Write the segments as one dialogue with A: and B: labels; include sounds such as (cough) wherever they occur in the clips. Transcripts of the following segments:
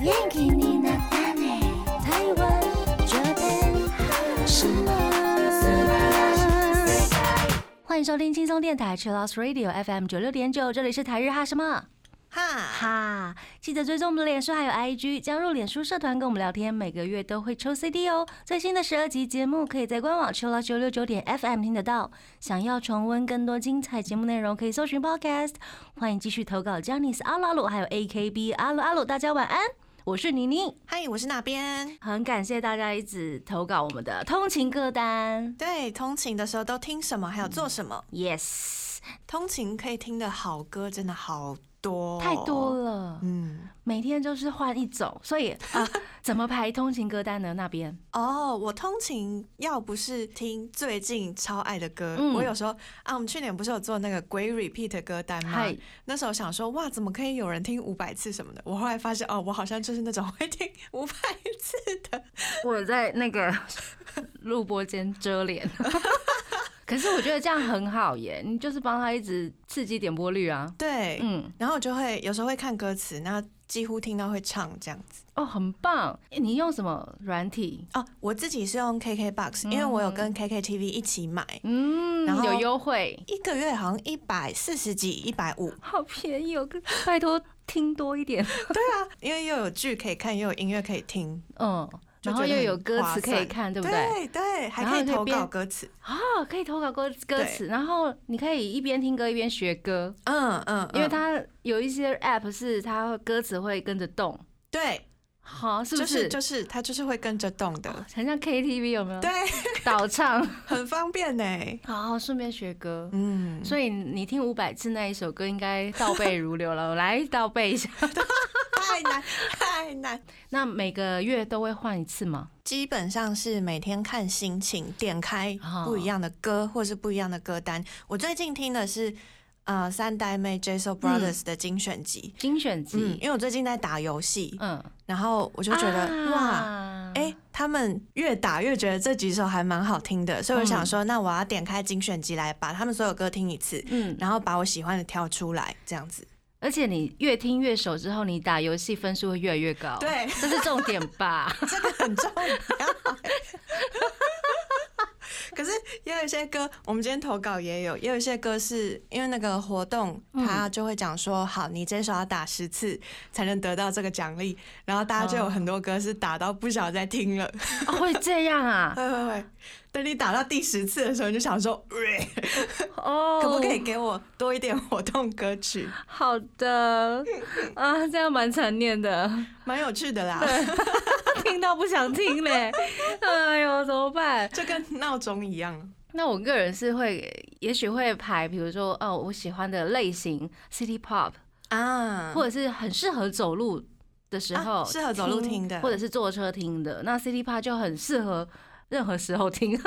A: 元気になったね台湾这边什么？
B: 欢迎收听轻松电台 c h i l l o s Radio FM 九六点九，这里是台日哈什么
C: 哈，
B: 哈，记得追踪我们的脸书还有 IG，加入脸书社团跟我们聊天，每个月都会抽 CD 哦。最新的十二集节目可以在官网 c h i l l o s 九六九点 FM 听得到。想要重温更多精彩节目内容，可以搜寻 Podcast。欢迎继续投稿 j a n i c e 阿鲁阿鲁还有 AKB 阿鲁阿鲁，大家晚安，我是妮妮，
C: 嗨，我是那边。
B: 很感谢大家一直投稿我们的通勤歌单。
C: 对，通勤的时候都听什么，还有做什么？
B: Yes，
C: 通勤可以听的好歌真的好多，
B: 太多。了。
C: 嗯，
B: 每天就是换一种，所以 (laughs) 啊，怎么排通勤歌单呢？那边
C: 哦，我通勤要不是听最近超爱的歌，
B: 嗯
C: 我有时候啊，我们去年不是有做那个鬼 repeat 歌单吗
B: 嗨？
C: 那时候想说，哇，怎么可以有人听五百次什么的？我后来发现，哦，我好像就是那种会听 (laughs) 五百次的。
B: 我在那个 (laughs) 录播间遮脸， (laughs) 可是我觉得这样很好耶，你就是帮他一直刺激点播率啊。
C: 对，
B: 嗯，
C: 然后我就会有时候会看歌词，那几乎听到会唱这样子。
B: 哦，很棒。诶你用什么软体？
C: 哦，我自己是用 KKBOX，、因为我有跟 KKTV 一起买，
B: 嗯，
C: 然后
B: 有优惠，
C: 一个月好像一百四十几、一百五。
B: 好便宜哦！拜托听多一点，
C: 对啊，因为又有剧可以看，又有音乐可以听，
B: (laughs) 嗯，
C: 就
B: 然后
C: 觉得
B: 又
C: 很
B: 有歌
C: 划
B: 词可以
C: 算
B: 看，对不对？
C: 对对，还
B: 然后
C: 可以
B: 你可以
C: 投
B: 边
C: 稿歌词。
B: 啊，可以投稿歌歌
C: 对
B: 词，然后你可以一边听歌一边学歌。
C: 嗯嗯，嗯
B: 因为它有一些 app 是它歌词会跟着动，
C: 对，
B: 好，是不？
C: 就是是就是它就是会跟着动的，
B: 很像 KTV 有没有？
C: 对，
B: 倒唱，
C: 很方便呢。
B: (laughs) 好，顺便学歌。
C: 嗯，
B: 所以你听五百次那一首歌，应该倒背如流了。我来倒背一下。
C: 太难 (laughs) 太难，
B: 那每个月都会换一次吗？
C: 基本上是每天看心情，点开
B: 哦
C: 不一样的歌或是不一样的歌单。我最近听的是呃三代妹 j s o
B: 嗯
C: Brothers 的精选集，
B: 精选
C: 嗯，
B: 集，
C: 因为我最近在打游戏，
B: 嗯，啊
C: 然后我就觉得、哇，
B: 哇
C: 哎、他们越打越觉得这几首还蛮好听的，所以我想
B: 嗯
C: 说，那我要点开精选集来把他们所有歌听一次，
B: 嗯，
C: 然后把我喜欢的挑出来，这样子。 (laughs)
B: 而且你越听越熟之后，你打游戏分数会越来越高，
C: 对
B: 这是重点 (laughs) 吧？
C: 这个很重要、 (laughs) 可是也有一些歌，我们今天投稿也有，也有一些歌是因为那个活动，
B: 嗯
C: 他就会讲说，好，你这首要打十次才能得到这个奖励，然后大家就有很多歌是打到不想再听了，
B: 哦，会这样啊？
C: 会会 (laughs) 会，等你打到第十次的时候，你就想说，呃喂
B: 哦，
C: 可不可以给我多一点活动歌曲？ (laughs)
B: 好的，啊，这样蛮残念的， (laughs)
C: 蛮有趣的啦，
B: 听到不想听嘞，哎呦，怎么办？
C: 就跟闹钟一样。
B: 那我个人是会，也许会排，比如说，哦，我喜欢的类型，City Pop，
C: 啊
B: 或者是很适合走路的时候，
C: 啊适合走路听的
B: 或者是坐车听的。那 City Pop 就很适合任何时候 (laughs) 听，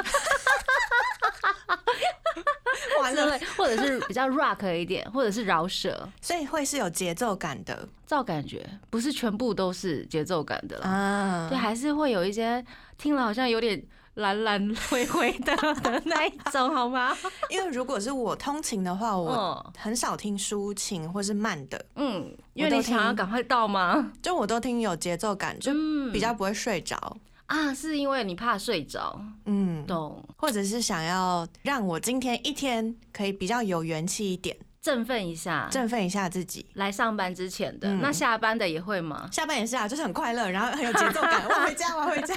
C: 完
B: 之
C: 了，
B: 类或者是比较 rock 一点，或者是饶舌。
C: 所以会是有节奏感的
B: 照感觉不是全部都是节奏感的啦，
C: 啊
B: 哦对，还是会有一些听了好像有点蓝蓝灰灰
C: (laughs)
B: 的的那一种，好吗？
C: 因为如果是我通勤的话， (laughs) 我
B: 嗯
C: 很少听抒情或是慢的，
B: 嗯，因为你想要赶快到吗？
C: 就我都听有节奏感，就
B: 嗯，
C: 比较不会睡着。
B: 啊，是因为你怕睡着，
C: 嗯，
B: 懂？
C: 或者是想要让我今天一天可以比较有元气一点，
B: 振奋一下，
C: 振奋一下自己。
B: 来上班之前的，
C: 嗯
B: 那下班的也会吗？
C: 下班也是啊，就是很快乐，然后很有节
B: (laughs)
C: 奏感。我要回家，我要回家。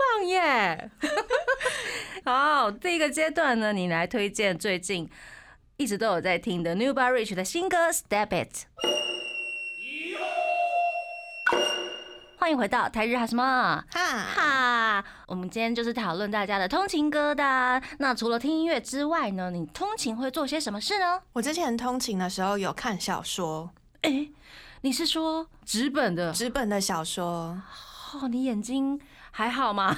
B: 棒耶！ (laughs) 好，第一个阶段呢，你来推荐最近一直都有在听的 New Bar Rich 的新歌《Step It》。欢迎回到台日哈什么？
C: 哈，
B: 哈，我们今天就是讨论大家的通勤歌单。那除了听音乐之外呢，你通勤会做些什么事呢？
C: 我之前通勤的时候有看小说，
B: 你是说纸本的？
C: 纸本的小说。
B: 哦，你眼睛还好 (laughs) 吗？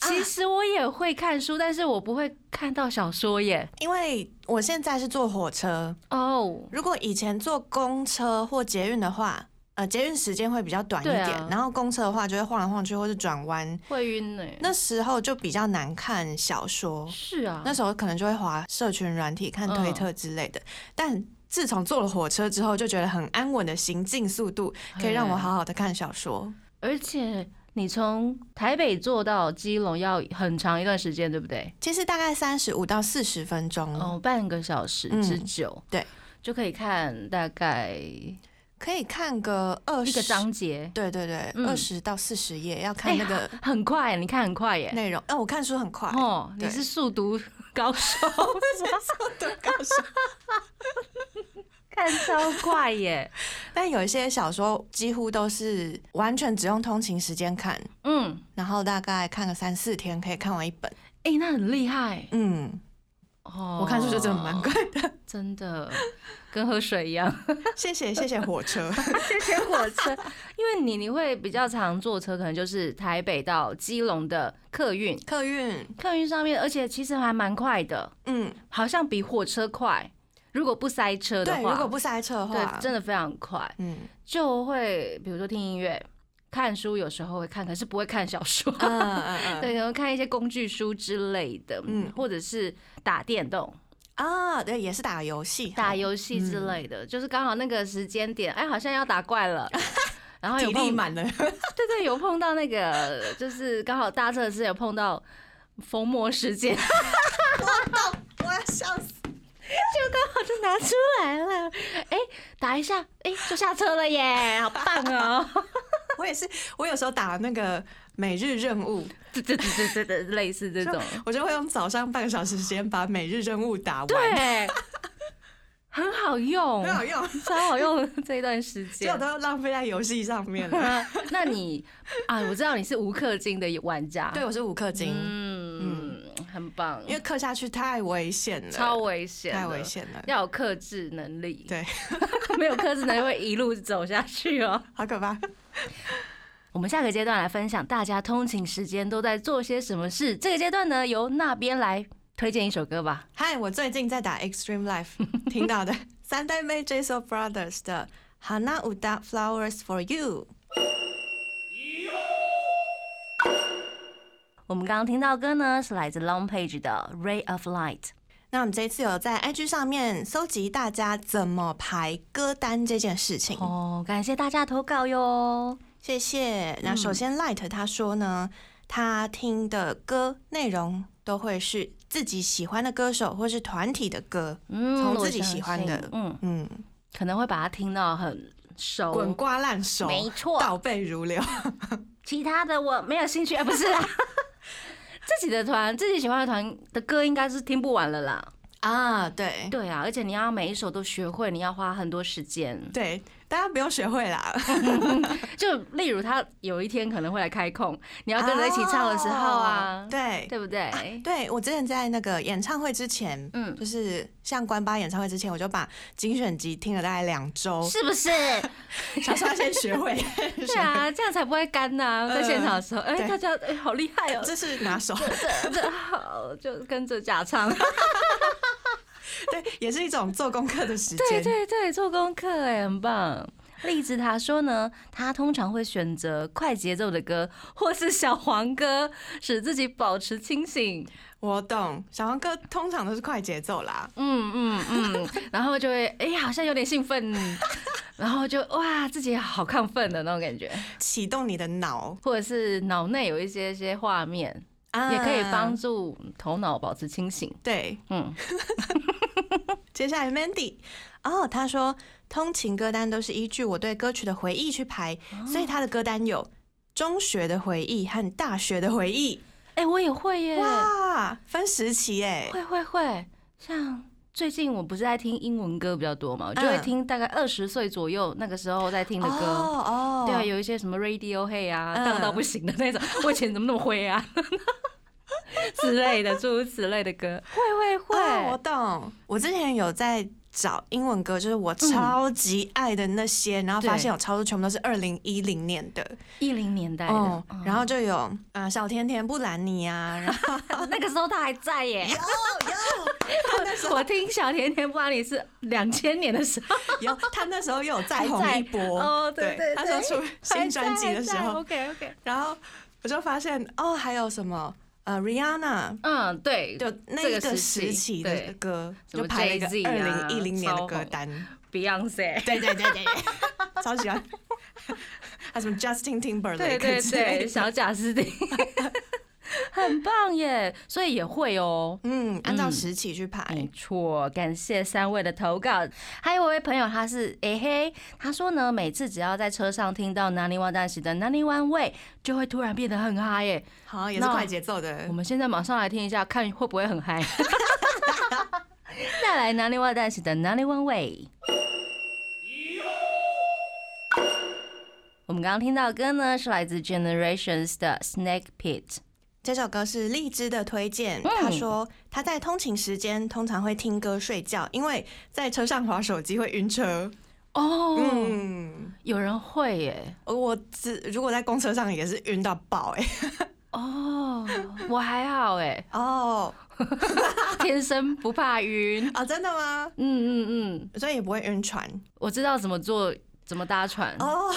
B: 其实我也会看书，但是我不会看到小说耶。
C: 因为我现在是坐火车，
B: 哦，
C: 如果以前坐公车或捷运的话，呃，捷运时间会比较短一点，
B: 对啊
C: 然后公车的话就会晃来晃去或是转弯，
B: 会晕呢。
C: 那时候就比较难看小说，
B: 是啊，
C: 那时候可能就会滑社群软体看推特之类的，但自从坐了火车之后，就觉得很安稳的行进速度，可以让我好好的看小说。
B: 而且你从台北坐到基隆要很长一段时间，对不对？
C: 其实大概三十五到四十分钟，
B: 哦，半个小时之
C: 嗯
B: 久，
C: 对，
B: 就可以看大概一
C: 可以看个二十
B: 个。章节，
C: 对对对，
B: 嗯哎
C: 二十到四十页要看那个
B: 很快，你看很快耶。
C: 内容。哎、我看书很快， (laughs)
B: 哦，你
C: 对
B: 是速读高手，
C: (laughs) 对高手 (laughs)
B: 看超快耶。
C: 但有一些小说几乎都是完全只用通勤时间看，
B: 嗯，
C: 然后大概看个三四天可以看完一本。
B: 哎、那很厉害
C: 嗯，
B: 哦。
C: 我看书就真的蛮快的。 (laughs)
B: 真的跟喝水一样。
C: 谢谢谢 (laughs) 谢火车，
B: 谢谢火车，因为你你会比较常坐车，可能就是台北到基隆的客运，
C: 客运。
B: 客运上面，而且其实还蛮快的，
C: 嗯，
B: 好像比火车快。如果不塞车的
C: 对，
B: 话，
C: 如果不塞车的话，
B: 对，真的非常快，
C: 嗯
B: 就会比如说听音乐、看书，有时候会看，可是不会看小说。
C: (laughs) 嗯嗯嗯，
B: 对，可能看一些工具书之类的，嗯
C: 嗯，
B: 或者是打电动、
C: 啊，对，也是打游戏，
B: 打游戏
C: 嗯
B: 之类的，就是刚好那个时间点，哎，好像要打怪
C: (laughs)
B: 了，然哦后有
C: 体力
B: 碰
C: 满了， (laughs)
B: 对对，有碰到那个，就是刚好搭车的时候有碰到逢魔事件， (laughs) 就
C: 我要笑死。 (laughs)
B: 拿出来了。哎，打一下，哎，就下车了耶，好棒哦！ (laughs)
C: 我也是，我有时候打那个每日任务，
B: 对对对对对对，类似这种，
C: 我就会用早上半个小时时间把每日任务打完，
B: 对，很好用
C: 很，好用，
B: 超好用的这一段
C: (laughs)
B: 时
C: 结
B: 间
C: 果。都浪费在游戏上
B: (laughs)
C: 面了。
B: 啊那你啊，我知道你是无氪金的玩家，
C: 对，我是五氪金，
B: 嗯，很棒，
C: 因为氪下去太危险了，
B: 超危险，
C: 太危，险了，
B: 要有克制能力，
D: (laughs)
C: 对，
B: 没有克制能力会一路走下去哦。
C: 好可怕。
D: 我们下个阶段来分享大家通勤时间都在做些什么事。这个阶段呢，由那边来推荐一首歌吧。
C: 嗨，我最近在打 Extreme Life 听到的三代妹 j s o Brothers 的《Hana Uda Flowers for You》。
D: 我们刚刚听到歌呢，是来自 Long Page 的《Ray of Light》。
C: 那我们这一次有在 IG 上面搜集大家怎么排歌单这件事情，
D: 哦，感谢大家投稿哟。
C: 谢谢。那
B: 嗯
C: 首先 Light 他说呢，他听的歌内容都会是自己喜欢的歌手或是团体的歌，
D: 嗯
C: 从
D: 我
C: 自己
D: 相
C: 喜欢的
D: 信嗯，
C: 嗯，
D: 可能会把它听到很
B: 哦
D: 熟。
C: 滚瓜烂熟，
D: 没错，
C: 倒背如流。
D: 其他的我没有兴趣。啊、不是啦， (laughs)
B: 自己的团，自己喜欢的团的歌应该是听不完了啦。
C: 啊，对
B: 对啊，而且你要每一首都学会，你要花很多时间。
C: 对，大家不用学会啦。
B: 就例如他有一天可能会来开控，你啊要跟着一起唱的时候啊
C: 哦，对
B: 对不对？
C: 对，我之前在那个演唱会之前，
B: 嗯
C: 嗯，就是像关八演唱会之前，我就把精选集听了大概两周，
B: 是不 (laughs) 是？
C: 想说要先学会，
B: (laughs) 对啊，这样才不会干呐、在现场的时候，哎、
C: 对
B: 大家哎、好厉害哦，
C: (laughs) 这是拿手，
B: 这这好，就跟着假唱。
C: 对，也是一种做功课的时
B: (laughs) 对
C: 间。
B: 对对，做功课哎、很棒。
D: 栗子他说呢，他通常会选择快节奏的歌或是小黄歌，使自己保持清醒。
C: 我懂，小黄歌通常都是快节奏啦，
B: 嗯嗯嗯， (laughs) 然后就会哎、好像有点兴奋， (laughs) 然后就哇，自己好亢奋的那种感觉，
C: 启动你的脑，
B: 或者是脑内有一些些画面，
C: 啊
B: 也可以帮。助头脑保持清醒。
C: 对，
B: 嗯，
C: 接下来 Mandy，哦，他说通勤歌单都是依据我对歌曲的回忆去排，
B: 哦
C: 所以他的歌单有中学的回忆和大学的回忆。
B: 哎、我也会耶，
C: 哇，分时期哎，
B: 会会会，像。最近我不是在听英文歌比较多嘛，我就会
C: 嗯
B: 听大概二十岁左右那个时候在听的歌。
C: 哦
B: 对啊，有一些什么 Radiohead 啊，
C: 嗯
B: 荡到不行的那种， (laughs) 我以前怎么那么灰啊 (laughs) 之类的，诸如此类的歌，会会
C: 哦我
B: 会，
C: 懂。我之前有在找英文歌，就是我
B: 嗯
C: 超级爱的那些，然后发现有超多全部都是二零一零年的，
B: 一零年代的嗯
C: 哦，，然后就有啊、呃小甜甜布兰妮啊，然后
B: 那个时候他还在耶。有有，我听小甜甜不然你是两千年的时候，
C: 有他那时候又有再
B: 还
C: 红
B: 在
C: 一波
B: (laughs) 哦对对
C: 他
B: 对
C: 说出新专辑的时候，
B: ，OK OK，
C: 然后我就发现哦，还有什么。呃 Rihanna
E: 嗯，对，
C: 就那
E: 这
C: 一
E: 个
C: 个
E: 时
C: 时
E: 期
C: 期的
E: 对
C: 歌，
E: 什么
C: 就拍了一个
E: Jay-Z 啊
C: 二零一零年的
E: 超
C: 歌
E: 红
C: 单。
E: Beyonce，
C: 对对对对对， (laughs) 超喜欢。还有什么 Justin Timberlake
E: 对对
C: 之类
E: 对，
C: 的
E: 小贾斯汀，
B: (laughs) 很棒耶，所以也会哦。
C: 嗯，按照
E: 嗯
C: 时期去排。
B: 没错，感谢三位的投稿。还有一位朋友，他是诶、嘿，他说呢，每次只要在车上听到《哪里万诞喜》的《哪里万位》，就会突然变得很嗨耶。
C: 好，也是
B: 那
C: 快节奏的
B: 我。们现在马上来听一下，看会不会很 (laughs) 嗨。再来《哪里万诞喜》的《哪里万位》。我们刚刚听到的歌呢，是来自 Generations 的《Snake Pit》。
C: 这首歌是荔枝的推荐，他说他在通勤时间通常会听歌睡觉，因为在车上划手机会晕车。
B: 哦、
C: 嗯，
B: 有人会耶。
C: 我只如果在公车上也是晕到爆哎、
B: 哦， (laughs) 我还好哎，
C: 哦
B: (laughs) 天生不怕晕。
C: 啊，真的吗？
B: 嗯嗯嗯，
C: 所以也不会晕船
B: 我知道怎么做，怎么搭船，
C: 哦。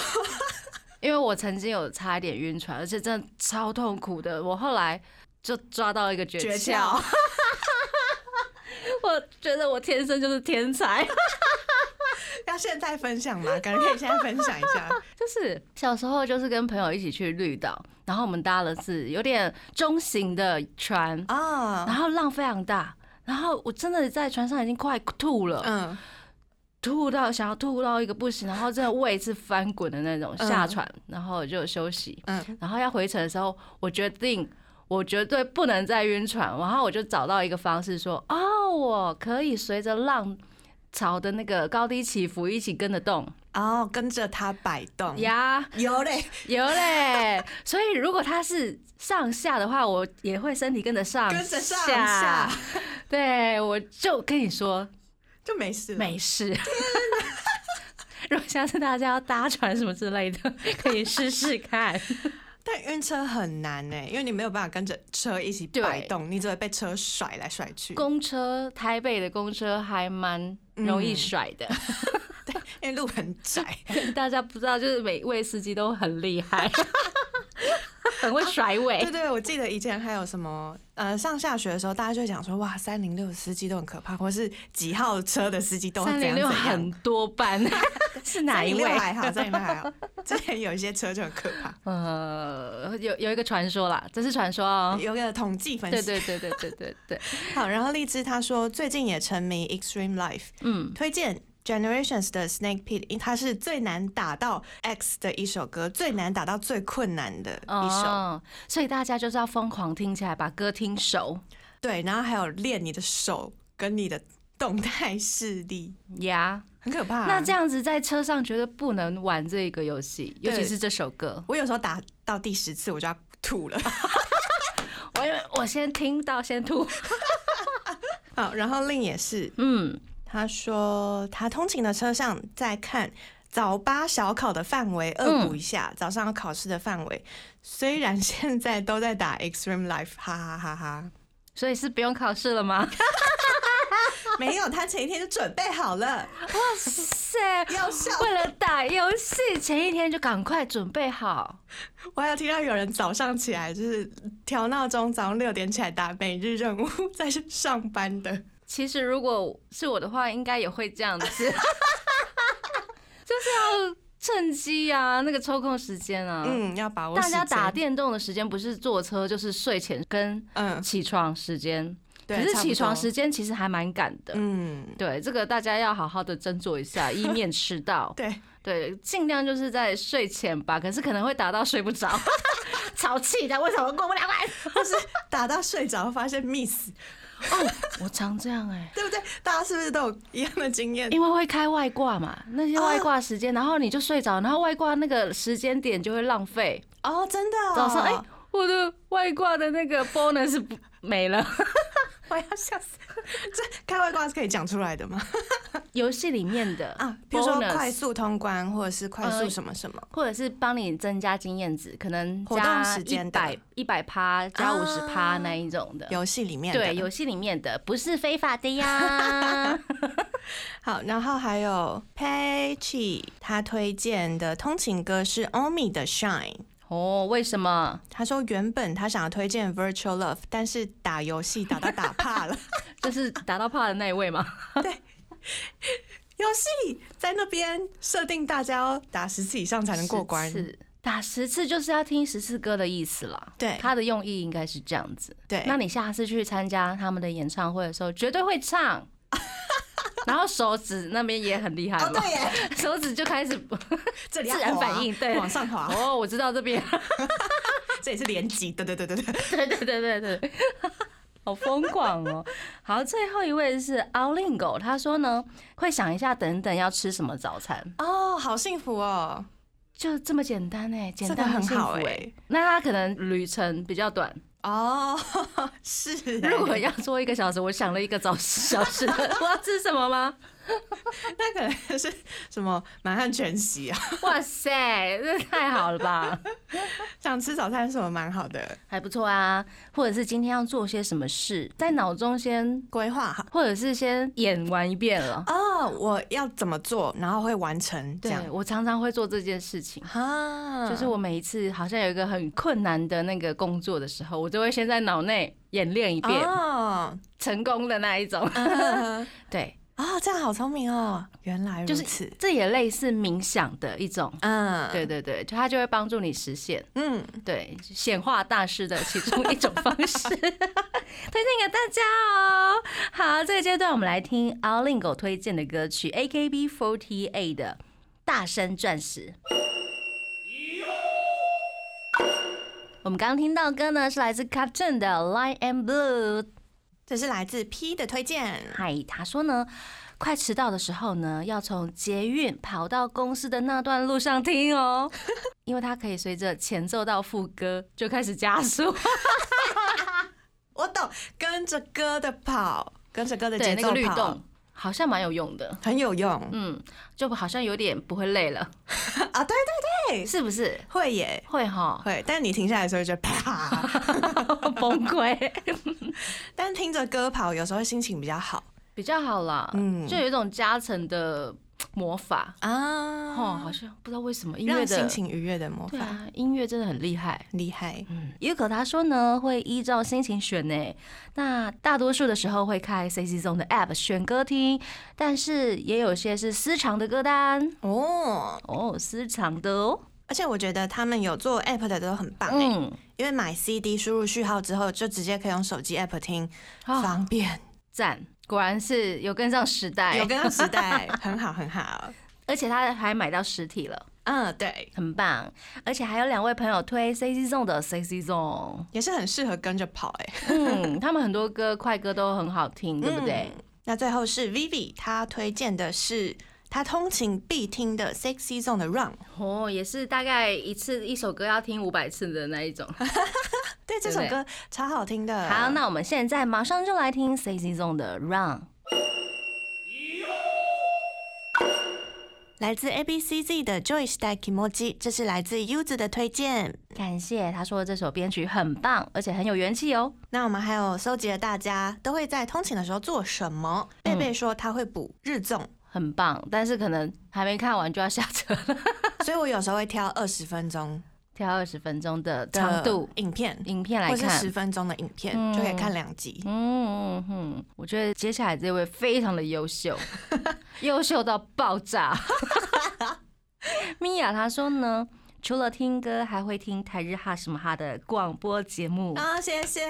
B: 因为我曾经有差一点晕船，而且真的超痛苦的。我后来就抓到一个诀
C: 诀
B: 窍，
C: 窍
B: (laughs) 我觉得我天生就是天才。
C: (laughs)
B: (laughs)
C: 要现在分享吗？感觉可以现在分享一 (laughs) 下。
B: 就是小时候就是跟朋友一起去绿岛，然后我们搭了是有点中型的船，然
C: 啊，
B: 后浪非常大。然后我真的在船上已经快吐了，
C: 嗯，
B: 吐到想要吐到一个不行，然后真的胃是翻滚的那种，
C: 嗯
B: 下船，然后就休息，
C: 嗯
B: 然后要回程的时候，我决定我绝对不能再晕船，然后我就找到一个方式说，哦，我可以随着浪潮的那个高低起伏一起跟着动
C: 哦，跟着它摆动。
B: 呀，
C: 有嘞，
B: 有嘞，所以如果它是上下的话，我也会身体跟得上，
C: 跟着上下，
B: 对我就跟你说，
C: 就没事了。
B: 没事。 (laughs) 如果下次大家要搭船什么之类的，可以试试看。
C: 但晕车很难呢、因为你没有办法跟着车一起摆动，你只会被车甩来甩去。
B: 公车，台北的公车还蛮容易甩 (laughs) 的，
C: 因为路很
B: (laughs)
C: 窄，
B: 大家不知道，就是每位司机都很厉 (laughs) 害，很会甩尾
C: 对。对，我记得以前还有什么呃，上下学的时候，大家就会讲说，哇，三零六司机都很可怕，或是几号车的司机都
B: 三
C: 怎
B: 零
C: 样
B: 六
C: 怎样
B: 很。欸多班， (laughs) 是哪一
C: 306
B: 位？
C: 还好，三零六还好。之前有一些车就很可怕，
B: 呃，有有一个传说啦，这是传说哦。
C: 有个统计分析。
B: (laughs) 对对对对对对 (laughs) 对，
C: 好，然后荔枝他说最近也沉迷 Extreme Life，
B: 嗯，
C: 推荐 Generations 的 Snake Pit，因为它是最难打到 X 的一首歌，最难打到最困难的一首。
B: 哦，所以大家就是要疯狂听起来，把歌听熟。
C: 对，然后还有练你的手跟你的动态视力，
B: 呀、
C: 很可怕、
B: 那这，样子在车上绝对不能玩这个游戏，尤
C: 对
B: 其是这首歌。
C: 我有时候打到第十次我就要吐了。 (laughs)
B: 我我先听到先吐。
C: 好，然后另也是，
B: 嗯，
C: 他说他通勤的车上在看。早八小考的范围恶补一下，
B: 嗯
C: 早上要考试的范围。虽然现在都在打 Extreme Life，哈哈哈哈。
B: 所以是不用考试了吗？
C: 没有，他前一天就准备好了，
B: 塞，
C: 要笑。
B: (laughs) 为了打游戏，前一天就赶快准备好。
C: (laughs) 我还有听到有人早上起来就是调闹钟，早上六点起来打每日任务，再去上班的。
B: 其实如果是我的话，应该也会这样子， (laughs) 就是要趁机啊，那个抽空时间啊。
C: 嗯，要把握
B: 大家
C: 时间
B: 打电动的时间不是坐车，就是睡前跟
C: 嗯，
B: 起床时间。可
C: 对
B: 是起床，时
C: 差
B: 间其实还蛮赶的
C: 不多。嗯，
B: 对，这个大家要好好的斟酌一下，以免迟到。
C: 对，
B: 对，尽量就是在睡前吧，可是可能会打到睡不着， (laughs) 吵气的。为什么过不了 (laughs) 关？
C: 或是打到睡着发现 miss，
B: 哦我常这样哎、
C: 对不对？大家是不是都有一样的经验？
B: 因为会开外挂嘛，那些外挂时间，然后你就睡着，然后外挂那个时间点就会浪费。
C: 哦，真的、哦，
B: 早上哎、我的外挂的那个 bonus 不没了。
C: 我要笑死！ (laughs) 这开外挂是可以讲出来的吗？
B: (laughs) 游戏里面的
C: 啊，比如说
B: bonus，、呃
C: 快速通关，或者是快速什么什么，
B: 或者是帮你增加经验值，可能
C: 活动
B: 加
C: 时
B: 一
C: 间的
B: 百一百趴，加五十
C: 啊
B: 趴那一种的。
C: 游戏里面的
B: 呃对，游戏里面的不是非法的 (laughs) 呀。
C: 好，然后还有 Pei Chi，他推荐的通勤歌是 Omi 的 Shine。
B: 哦，为什么？
C: 他说原本他想要推荐 Virtual Love，但是打游戏打到打
B: (laughs)
C: 怕了，
B: 就是打到怕的那一位吗？
C: 游戏在那边设定大家要打十次以上才能过关
B: 10。次打十次就是要听十次歌的意思啦。
C: 对
B: 他的用意应该是这样子。
C: 对，
B: 那你下次去参加他们的演唱会的时候，绝对会唱。 (laughs) 然后手指那边也很厉害
C: 哦
B: 嘛，
C: 对耶，
B: (laughs) 手指就开始
C: 这里要
B: 自然
C: 滑
B: 反应对
C: 往上滑， (laughs)
B: 哦，我知道这边， (laughs)
C: 这也是连击，对对对对对，
B: 对对对对对， (laughs) 好疯狂哦！好，最后一位是 o l i n g o 他说呢会想一下等等要吃什么早餐，
C: 哦，好幸福哦，
B: 就这么简单哎，简
C: 这个
B: 单
C: 很好
B: 哎、
C: 哎，
B: 那他可能旅程比较短，
C: 哦， (laughs) 是欸，
B: 如果要做一个小时，我想了一个早小时的，我要吃什么 (laughs) 吗？
C: 那可能是什么满汉全席啊， (laughs)
B: 哇塞，这太好了吧，
C: 想吃早餐什么蛮好的
B: 还不错啊。或者是今天要做些什么事，在脑中先，
C: 规划哈。
B: 或者是先演完一遍了。
C: 哦，我要怎么做，然后会完成这
B: 对
C: 样
B: 我常常会做这件事情。
C: 啊
B: 就是我每一次好像有一个很困难的那个工作的时候，我就会先在脑内演练一遍
C: 哦， (laughs)
B: 成功的那一种。
C: 嗯
B: 对，
C: 哦，这样好聪明哦，原来如
B: 就
C: 此
B: 是。这也类似冥想的一种。
C: 嗯，
B: 对，对对，就它就会帮助你实现。
C: 嗯，
B: 对，显化大师的其中一种方式， (laughs) 推荐给大家哦。好，这个阶段我们来听 o l i n g o 推荐的歌曲 AKB48 的《大山钻石》。我们刚刚听到的歌呢，是来自 Captain 的《Line and Blue》。
C: 这是来自 P 的推荐，
B: 嗨，他说呢，快迟到的时候呢，要从捷运跑到公司的那段路上听哦， (laughs) 因为它可以随着前奏到副歌就开始加速，
C: 我懂，跟着歌的跑，跟着歌的
B: 对
C: 节
B: 那
C: 奏啊
B: 个律
C: 跑
B: 动好像蛮有用的，
C: 很有用
B: 嗯，就好像有点不会累了，
C: (laughs) 啊，对对，
B: 是不是？
C: 会耶。
B: 会
C: (laughs)
B: 哈，
C: 会，但你停下来的时候就啪， (laughs)
B: 崩溃，
C: 但听着歌跑，有时候心情比较好
B: (laughs) 比较好啦，
C: 嗯
B: 就有一种加成的魔法，
C: 啊
B: 哦，好像不知道为什么音乐
C: 让
B: 的
C: 心，情愉悦的魔
B: 对
C: 法，
B: 啊，音乐真的很厉害。
C: 厉害
B: 嗯，u k 他说呢，会依照心情选呢。那大多数的时候会开 CC Zone 的 App 选歌听，但是也有些是私藏的歌单
C: 哦！
B: 哦，私藏的哦。
C: 而且我觉得他们有做 app 的都很棒欸、
B: 嗯，
C: 因为买 CD 输入序号之后，就直接可以用手机 app 听，
B: 啊，
C: 方便，
B: 赞，果然是有跟上时代，
C: 有跟上时代，很好很好。
B: 而且他还买到实体了，
C: (laughs) 嗯，对，
B: 很棒。而且还有两位朋友推 CC Zone 的 CC (laughs) Zone，
C: 也是很适合跟着跑哎、欸，
B: 嗯，他们很多歌快歌都很好听，对不对？
C: 嗯？那最后是 Vivi，她推荐的是她通勤必听的 Sexy Zone 的 Run。
B: 哦，也是大概一次一首歌要听五百次的那一种。
C: 对，这首歌超好听
B: (laughs)
C: 的。
B: 好，那我们现在马上就来听 C C Zone 的 Run。
C: 来自 A B C Z 的 Joyce 带 Kimoji，这是来自 U 子的推荐。
B: 感谢他说这首编曲很棒，而且很有元气哦。
C: 那我们还有搜集了大家都会在通勤的时候做什么？贝贝说他会补日综，
B: 很棒，但是可能还没看完就要下车了。 (laughs)
C: (laughs) 所以我有时候会挑二十分钟
B: 挑二十分钟的
C: 的
B: 长度
C: 影片，
B: 影片来
C: 或是
B: 看
C: 十，分钟的影片，
B: 嗯
C: 就可以看两集。
B: 嗯嗯嗯，我觉得接下来这位非常的优 (laughs) 秀，优秀到爆 (laughs) 炸。米娅她说呢，除了听歌，还会听台日哈什么哈的广播节目。
C: 啊、谢谢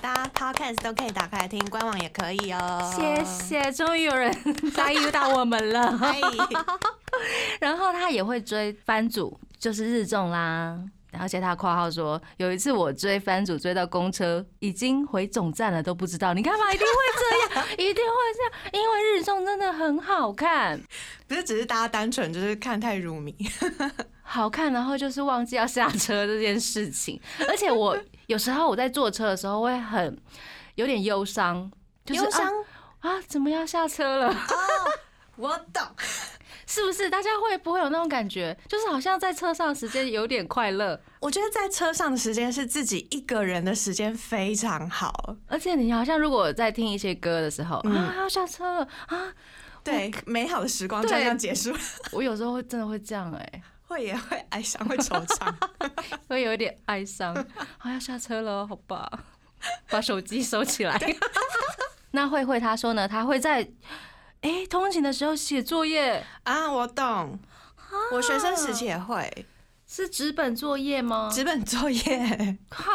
C: 大家，Podcast 都可以打开来听，官网也可以哦。
B: 谢谢，终于有人在遇到我们 (laughs) 了。
C: 嗨。 (laughs)
B: 然后他也会追番组，就是日综啦。而且他括号说，有一次我追番组追到公车，已经回总站了都不知道。你看嘛，一定会这 (laughs) 样，一定会这样，因为日综真的很好看，
C: 不是，只是大家单纯就是看太入迷。
B: 好看，然后就是忘记要下车这件事情。而且我
C: (laughs)
B: 有时候我在坐车的时候会很有点忧伤，就是
C: 忧伤
B: 啊啊，怎么要下车了？ (laughs)
C: 我懂，
B: 是不是？大家会不会有那种感觉？就是好像在车上时间有点快乐，
C: 我觉得在车上的时间是自己一个人的时间非常好。
B: 而且你好像如果在听一些歌的时候、
C: 嗯
B: 啊，要下车了啊，
C: 对，美好的时光就
B: 对
C: 这样结束。
B: 我有时候会真的会这样哎、
C: (laughs) 会也会哀伤，会惆怅。
B: (laughs) 会有一点哀 (laughs) 伤。好、要下车了，好吧， (laughs) 把手机收起来。 (laughs) 那慧慧她说呢，她会在哎、通勤的时候写作业，
C: 啊，我懂。
B: 啊
C: 我学生时期也会
B: 是纸本作业吗？
C: 纸本作业， (laughs)
B: 哈，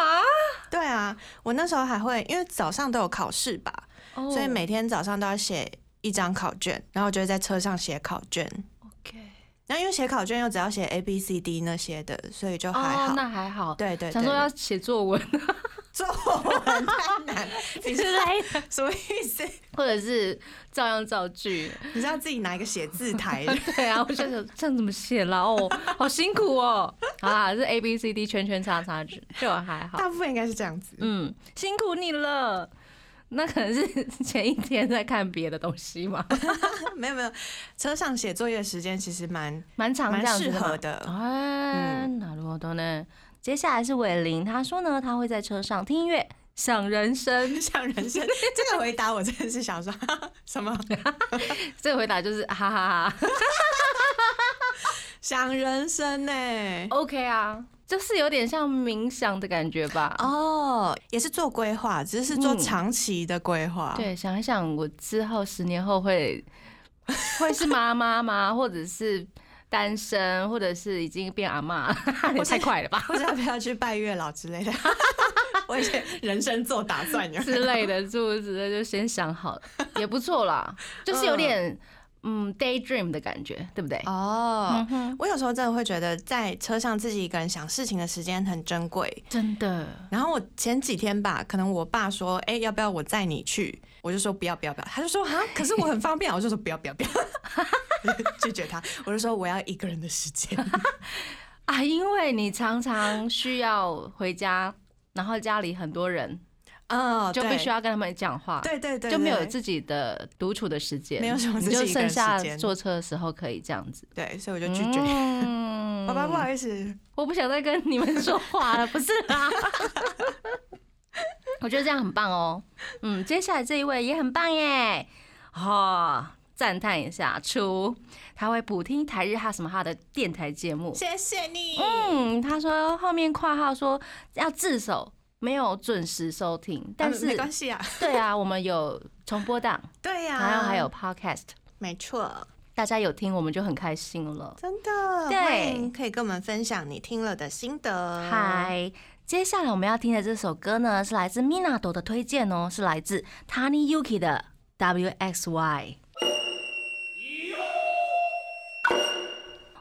C: 对啊，我那时候还会，因为早上都有考试吧，
B: 哦
C: 所以每天早上都要写一张考卷，然后我就会在车上写考卷。
B: OK
C: 然后因为写考卷又只要写 A B C D 那些的，所以就还好。
B: 哦，那还好。
C: 对对对，
B: 想说要写作 (laughs) 文，
C: 作文太难， (laughs)
B: 你是累的，
C: 什么意思？
B: 或者是照样造 (laughs) 句。
C: 你知道自己拿一个写字台
B: 对啊，我就想这样怎么写啦？哦，好辛苦哦。好啦，是 A B C D 圈圈叉叉就就还好。
C: (laughs) 大部分应该是这样子。
B: 嗯，辛苦你了。那可能是前一天在看别的东西嘛，
C: (laughs) 没有没有，车上写作业的时间其实蛮
B: (laughs) 蛮常这
C: 蛮
B: 样
C: 适
B: 子的。
C: 合的。 (laughs)
B: 哎，なるほど呢。接下来是伟林，他说呢，他会在车上听音乐，想人生。
C: 像人生这个回答，我真的是想说 (laughs) 什么？
B: (laughs) 这个回答就是啊哈哈哈
C: 想人生欸呢、
B: ，OK 啊，就是有点像冥想的感觉吧。
C: 哦，也是做规划，只是做
B: 嗯
C: 长期的规划。，
B: 对，想一想，我之后十年后 (laughs) 会会是妈妈吗？或者是单身，或者是已经变阿 (laughs) 妈？也太快了吧
C: 不知道要不要去拜月老之
B: (laughs)
C: 类的。我以前人生做打算有没有
B: 之类的，诸如此类，就先想好，也不错啦，就是有点嗯 daydream 的感觉，对不对？
C: 哦
B: 嗯，哼，
C: 我有时候真的会觉得在车上自己一个人想事情的时间很珍贵。
B: 真的，
C: 然后我前几天吧，可能我爸说，哎、要不要我载你去？我就说不要不要不要，他就说啊，可是我很方便啊，我就说不要不要不要， (laughs) 拒绝他。我就说我要一个人的时间。
B: 啊，因为你常常需要回家，然后家里很多人，
C: 嗯，
B: 就必须
C: 要
B: 要跟他们讲话。
C: 对对对，
B: 就没有
C: 对
B: 自己的独处的时间，
C: 没有什么
B: 你
C: 自己
B: 就
C: 一个
B: 剩
C: 人时
B: 下
C: 间
B: 坐车的时候可以这样子。
C: 对，所以我就拒绝。
B: 嗯
C: (laughs) 爸爸不好意思，
B: 我不想再跟你们说话了，不是
C: (laughs)
B: 啦。我觉得这样很棒哦。嗯，接下来这一位也很棒耶，哦，赞叹一下，出他会补听台日哈什么哈的电台节目。
C: 谢谢你。
B: 嗯，他说后面括号说要自首，没有准时收听，但
C: 嗯没
B: 是、
C: 关系啊，啊
B: 对啊，我们有重播
C: (laughs)
B: 档，
C: 对呀、
B: 然后还有 podcast，
C: 没错，
B: 大家有听我们就很开心了。
C: 真的，
B: 对
C: 欢迎可以跟我们分享你听了的心得。，
B: 嗨，接下来我们要听的这首歌呢，是来自 Minato 的推荐哦，是来自 Tani Yuki 的 WXY。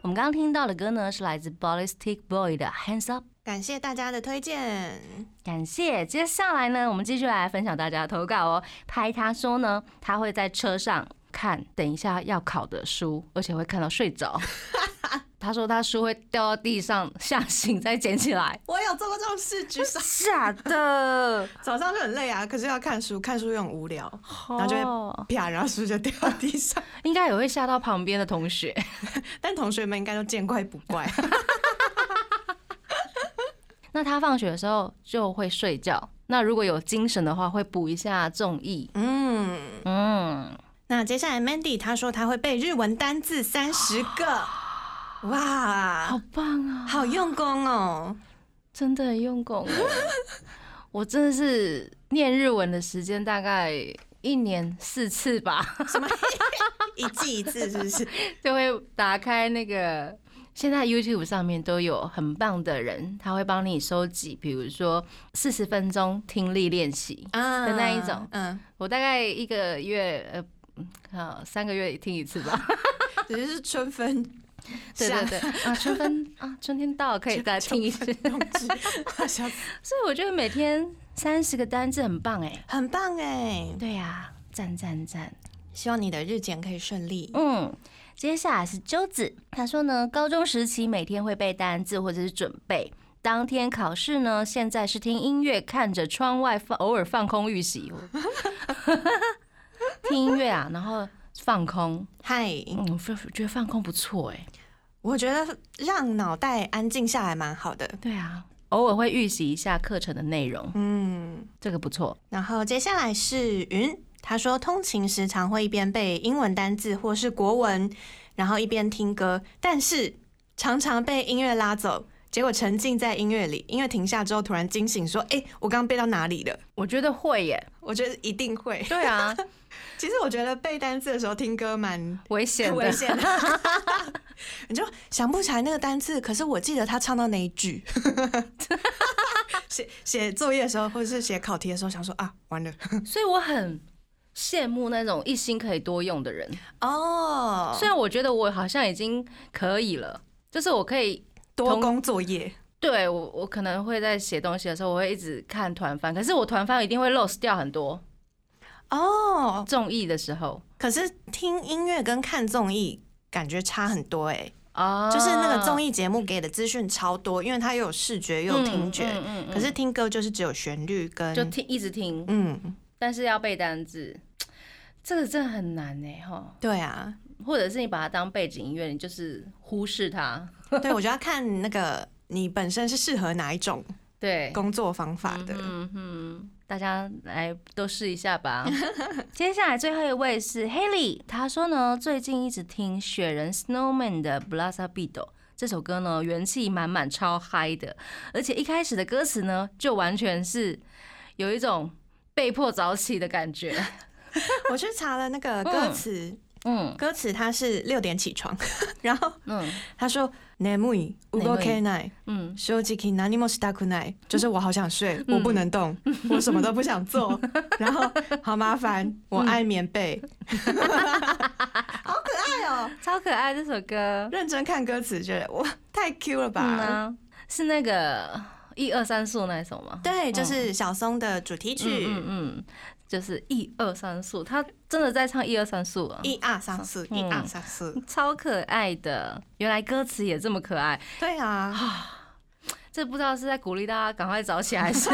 B: 我们刚刚听到的歌呢，是来自 Ballistic Boy 的 Hands Up。
C: 感谢大家的推荐。
B: 感谢。接下来呢，我们继续来分享大家的投稿哦。拍他说呢，他会在车上看等一下要考的书，而且会看到睡着。 (laughs) 他说他书会掉到地上，吓醒再捡起来。
C: 我有做过这种事，
B: (laughs)
C: 沮丧。
B: 假的，
C: 早上就很累啊，可是要看书，看书又很无聊，
B: (laughs) 然
C: 后就会
B: 哦
C: 啪，然后书就掉地上。
B: 应该也会吓到旁边的同学。
C: 但同学们应该都见怪不怪。
B: (laughs) 那他放学的时候就会睡觉。那如果有精神的话，会补一下重义。
C: 嗯，
B: 嗯，
C: 那接下来 Mandy 她说她会背日文单字三十
B: (gasps)
C: 个，哇，
B: 棒啊！
C: 好用功哦。
B: 真的很用功哦。 (laughs) 我真的是念日文的时间大概一年四次吧， (laughs)
C: 什么一季一次是不是？
B: 就会打开那个。现在 YouTube 上面都有很棒的人，他会帮你收集，比如说四十分钟听力练习。
C: 啊
B: 的那一种
C: 嗯，
B: 我大概一个月，呃嗯，好三个月听一次
D: (laughs)
B: 吧。。
C: 只是春分
B: 对对对，啊，春分啊，春天到了，可
D: (laughs)
B: 以再听一次。
C: 用纸，笑死
B: 所以我觉得每天三十个单字很棒
D: 欸
B: 哎。
C: 很棒哎！
D: 啊
B: 对呀、赞赞赞。
C: 希望你的日检可以顺利。
B: 嗯，
D: 接下来是鸠子，他说呢，高中时期每天会背单字或者是准备，当天考试呢，现在是听音乐，看着窗外放，偶尔放空预习， (laughs)
B: 听音乐啊，然后放空，
C: 嗨、
B: 嗯，我觉得放空不错
D: 欸
B: 哎、
C: 我觉得让脑袋安静下来蛮好的。
B: 对啊，偶尔会预习一下课程的内容，
C: 嗯，
B: 这个不错。
C: 然后接下来是云，他说通勤时常会一边背英文单字或是国文，然后一边听歌，但是常常被音乐拉走，结果沉浸在音乐里，音乐停下之后突然惊醒，说：“哎、我刚刚背到哪里了
B: 我觉得会耶，？”
C: 我觉得一定会。
B: 对 (laughs) 啊，
C: 其实我觉得背单词的时候听歌蛮
B: 危险
C: 危
B: 的，
C: 险的， (laughs) 你就想不起来那个单词，可是我记得他唱到哪一
B: (laughs)
C: 句。写写作业的时候，或者是写考题的时候，想说啊，完了
B: 所以我很羡慕那种一心可以多用的人。
C: 哦，
B: 虽然我觉得我好像已经可以了，就是我可以
C: 多
B: 同
C: 工作业
B: 对我，我可能会在写东西的时候，我会一直看团番，可是我团番一定会 lose 掉很多
C: 哦。
B: 综艺的时候
C: 可是听音乐跟看综艺感觉差很多哎、
B: 啊，
C: 就是那个综
B: 艺
C: 艺节目给的资讯超多，因为它又有视觉又有听觉，
B: 嗯
C: 可是听歌就是只有旋律跟
B: 就听一直听，
C: 嗯，
B: 但是要背单字，这个真的很难呢、哈。
C: 对啊，
B: 或者是你把它当背景音乐，你就是忽视它。
C: (laughs) 对我就要看那个你本身是适合哪一种
B: 对，
C: 工作方法的。
B: 嗯哼，大家来都试一下吧。
D: 接下来最后一位是 Haley，她说呢，最近一直听雪人 Snowman 的《b l a s a b i d o 这首歌呢，元气满满，超嗨的，而且一开始的歌词呢，就完全是有一种被迫早起的感觉。
C: 我去查了那个歌词，
B: 嗯
C: 歌词它是六点起床， (laughs) 然后
B: 嗯
C: 他说“眠い動けない
B: 嗯，
C: 正直何もした
B: (laughs)
C: くない”，就是我好想睡，我不能动，
B: 嗯
C: 我什么都不
B: (laughs)
C: 想做，然后好麻烦，
B: 嗯
C: 我爱棉被。好可爱哦！
B: 超可爱这首歌。
C: 认真看歌词，觉得哇，太 Q 了
B: 嗯
C: 吧？
B: 啊，是那个一二三四那一首吗？
C: 对，就是小松的主题
B: 嗯
C: 曲，
B: 嗯，就是一二三四，他真的在唱一二三四啊。
C: 一二三四，一
B: 嗯
C: 二三四。
B: 超可爱的，原来歌词也这么可爱，
C: 对啊，
B: 这不知道是在鼓励大家赶快早
D: (laughs)
B: 起，还是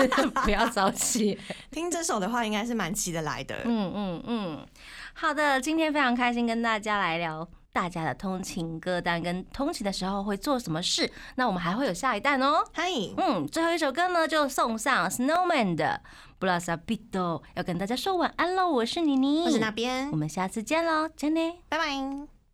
B: 不要早起。
C: 听这首的话，应该是蛮起得来的。
B: 嗯嗯嗯，
D: 好的，今天非常开心跟大家来聊大家的通勤歌单跟通勤的时候会做什么事。那我们还会有下一弹哦。
C: 嗨，
D: 嗯，最后一首歌呢就送上 Snowman 的《b l a s a b i d o 要跟大家说晚安喽。我是妮妮，
C: 我是那边
D: 我，们下次见喽，真的。
C: 拜拜。